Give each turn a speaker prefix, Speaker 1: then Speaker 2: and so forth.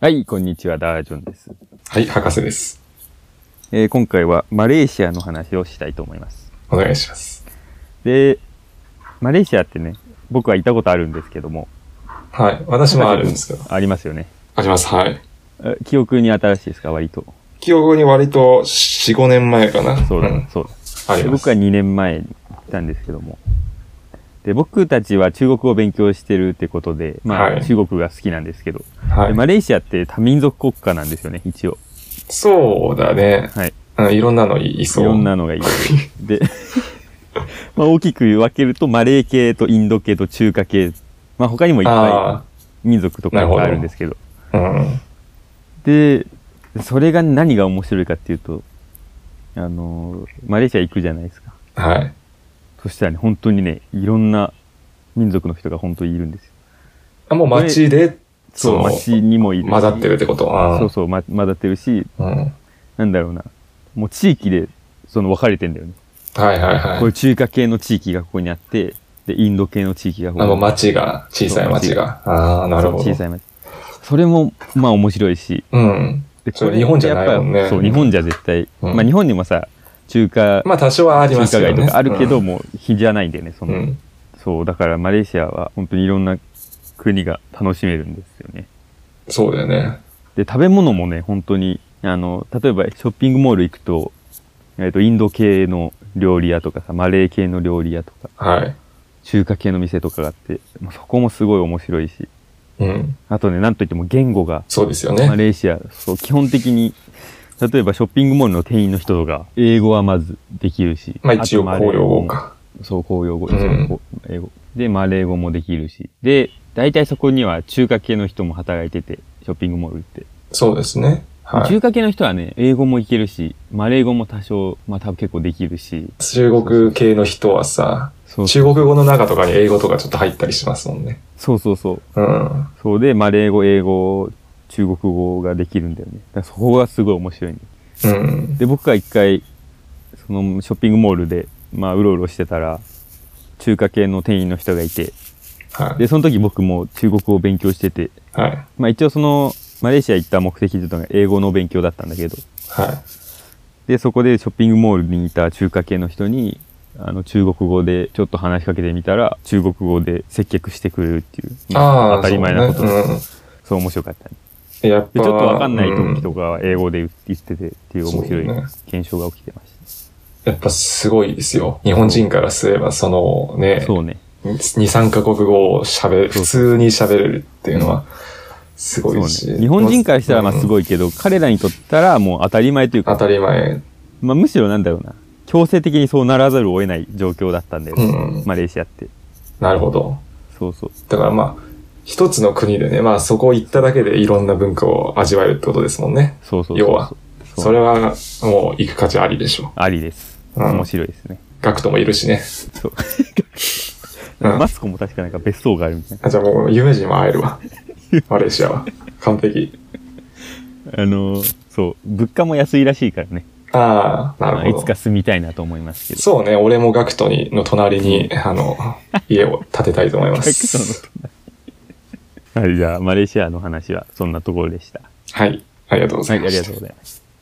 Speaker 1: はい、こんにちは、ダージョンです。
Speaker 2: はい、博士です。
Speaker 1: えー今回はマレーシアの話をしたいと思います。
Speaker 2: お願いします。
Speaker 1: で、マレーシアってね、僕は行ったことあるんですけども、
Speaker 2: はい、私もあるんですけど。
Speaker 1: ありますよね。
Speaker 2: あります、はい。
Speaker 1: あ記憶に新しいですか、割と。
Speaker 2: 記憶に割と4、5年前かな。
Speaker 1: そうだ、
Speaker 2: ん
Speaker 1: そう
Speaker 2: あ
Speaker 1: だ。
Speaker 2: り
Speaker 1: で
Speaker 2: ま
Speaker 1: 僕
Speaker 2: す。
Speaker 1: は2年前に行ったんですけども。で、僕たちは中国語を勉強してるってことで、まあ、
Speaker 2: はい
Speaker 1: 中国が好きなんですけど、
Speaker 2: は
Speaker 1: で
Speaker 2: い、
Speaker 1: マレーシアって多民族国家なんですよね、一応。
Speaker 2: そうだね。
Speaker 1: はい。
Speaker 2: うん、いろんなのいいそう。
Speaker 1: いろんなのがいい。で、 まあ大きく分けると、マレー系とインド系と中華系。まあ他にもいっぱ
Speaker 2: あ
Speaker 1: い民族とかがあるんですけど。
Speaker 2: あ、うん。
Speaker 1: で、それが何が面白いかっていうと、あのー、マレーシア行くじゃないですか。
Speaker 2: はい。
Speaker 1: そしたらね、本当にね、いろんな民族の人が本当にいるんですよ。
Speaker 2: あ、もう街で、
Speaker 1: そ、
Speaker 2: そうの
Speaker 1: 街にもいるし。
Speaker 2: 混ざってるってこと。あー
Speaker 1: そうそう、ま、混ざってるし、
Speaker 2: うん。はい
Speaker 1: なんだろうな。もう地域で、その分かれてんだよね。
Speaker 2: はい
Speaker 1: こう
Speaker 2: は
Speaker 1: いう
Speaker 2: い。
Speaker 1: 中華系の地域がここにあって、で、インド系の地域がここ
Speaker 2: あ
Speaker 1: に
Speaker 2: の街が、小さい街が。ああ、なるほど。
Speaker 1: 小さい町。それも、まあ面白いし。
Speaker 2: うん。
Speaker 1: で
Speaker 2: それ日本じゃないもんね
Speaker 1: やっぱそう、日本じゃ絶対。
Speaker 2: うん
Speaker 1: まあ日本にもさ、中華、
Speaker 2: まあ多少はあり
Speaker 1: 中
Speaker 2: ます
Speaker 1: 華
Speaker 2: よ
Speaker 1: 街と
Speaker 2: ね。
Speaker 1: かあるけど、
Speaker 2: うん、
Speaker 1: もう日じゃないんだよね、その、
Speaker 2: うん。
Speaker 1: そう、だからマレーシアは本当にいろんな国が楽しめるんですよね。
Speaker 2: そうだよね。
Speaker 1: で、食べ物もね、本当に、あの、例えばショッピングモール行くと、えっ、と、インド系の料理屋とかさ、マレー系の料理屋とか、
Speaker 2: はい。
Speaker 1: 中華系の店とかがあって、もうそこもすごい面白いし、
Speaker 2: うん。
Speaker 1: あとね、なんといっても言語が
Speaker 2: そうですよ
Speaker 1: マ
Speaker 2: ね。
Speaker 1: レーシア、そう、基本的に、例えばショッピングモールの店員の人とか、英語はまずできるし。
Speaker 2: まあ一応
Speaker 1: とマレー
Speaker 2: 公用語。か。
Speaker 1: そう、公用語。
Speaker 2: うん
Speaker 1: そうこう英語。で、マレー語もできるし。で、大体そこには中華系の人も働いてて、ショッピングモールって。
Speaker 2: そうですね。はい。
Speaker 1: 中華系の人はね、英語もいけるし、マレー語も多少、まあ多分結構できるし。
Speaker 2: 中国系の人はさ、
Speaker 1: そう
Speaker 2: 中国語の中とかに英語とかちょっと入ったりしますもんね。
Speaker 1: そうそうそう。
Speaker 2: うん。
Speaker 1: そうで、マレー語、英語、中国語ができるんだよね。だからそこがすごい面白い、ね。
Speaker 2: うん。
Speaker 1: で、僕が一回、そのショッピングモールで、まあ、うろうろしてたら、中華系の店員の人がいて、
Speaker 2: はい。
Speaker 1: で、その時僕も中国語を勉強してて、
Speaker 2: はい。
Speaker 1: まあ一応その、マレーシア行った目的っていうのが英語の勉強だったんだけど、
Speaker 2: は
Speaker 1: で、そこでショッピングモールにいた中華系の人に、あの、中国語でちょっと話しかけてみたら、中国語で接客してくれるっていう、
Speaker 2: い。
Speaker 1: ま
Speaker 2: ああ、
Speaker 1: 当たり前なこと
Speaker 2: そう
Speaker 1: で
Speaker 2: ね
Speaker 1: す。そう面白かったね、
Speaker 2: うん。やっぱ。
Speaker 1: で、ちょっとわかんない時と
Speaker 2: うん
Speaker 1: かは英語で言っててっていう面白
Speaker 2: そう
Speaker 1: い
Speaker 2: ね
Speaker 1: 現象が起きてまし
Speaker 2: やっぱすごいですよ。日本人からすれば、その
Speaker 1: た。
Speaker 2: ね、
Speaker 1: そうね。
Speaker 2: 2、3カ国語を喋る、普通に喋れるっていうのは、すごいし、
Speaker 1: そうね、日本人からしたらまあす
Speaker 2: い。
Speaker 1: ごいけど、彼らにとったらもう当たり前という
Speaker 2: 当
Speaker 1: か、
Speaker 2: たり前。
Speaker 1: まあ、むしろなんだろうな強制的にそうならざるを得ない状況だったんだよ、
Speaker 2: う
Speaker 1: ね
Speaker 2: ん。
Speaker 1: マレーシアって
Speaker 2: なるほど。
Speaker 1: そうそう
Speaker 2: だからまあ、一つの国でね、まあそこ行っただけでいろんな文化を味わえるってことですもんね。
Speaker 1: そうそうそう
Speaker 2: 要は
Speaker 1: そう
Speaker 2: それはもう行く価値ありでしょ
Speaker 1: ありです
Speaker 2: うん
Speaker 1: 面白いですね、
Speaker 2: う。学徒もいるしね。
Speaker 1: そう
Speaker 2: うん
Speaker 1: マスコも確かなんか別荘があるみたい
Speaker 2: あじゃあもう有名人も会え るわ。マレーシアは。完璧。
Speaker 1: なあのーそう物価も安いらしいからね
Speaker 2: ああ、な
Speaker 1: まあ
Speaker 2: る
Speaker 1: い
Speaker 2: ほ
Speaker 1: つか
Speaker 2: ど。
Speaker 1: 住みたいなと思いますけど
Speaker 2: そうね、俺も学徒にの隣に、あの、家を建てたいと思いま
Speaker 1: だけど
Speaker 2: す。
Speaker 1: はいじゃあマレーシアの話はそんなところでした
Speaker 2: はい、ありがとうご
Speaker 1: は
Speaker 2: ざ
Speaker 1: い
Speaker 2: い
Speaker 1: あ
Speaker 2: ま
Speaker 1: り
Speaker 2: し
Speaker 1: が
Speaker 2: た
Speaker 1: とう。ございました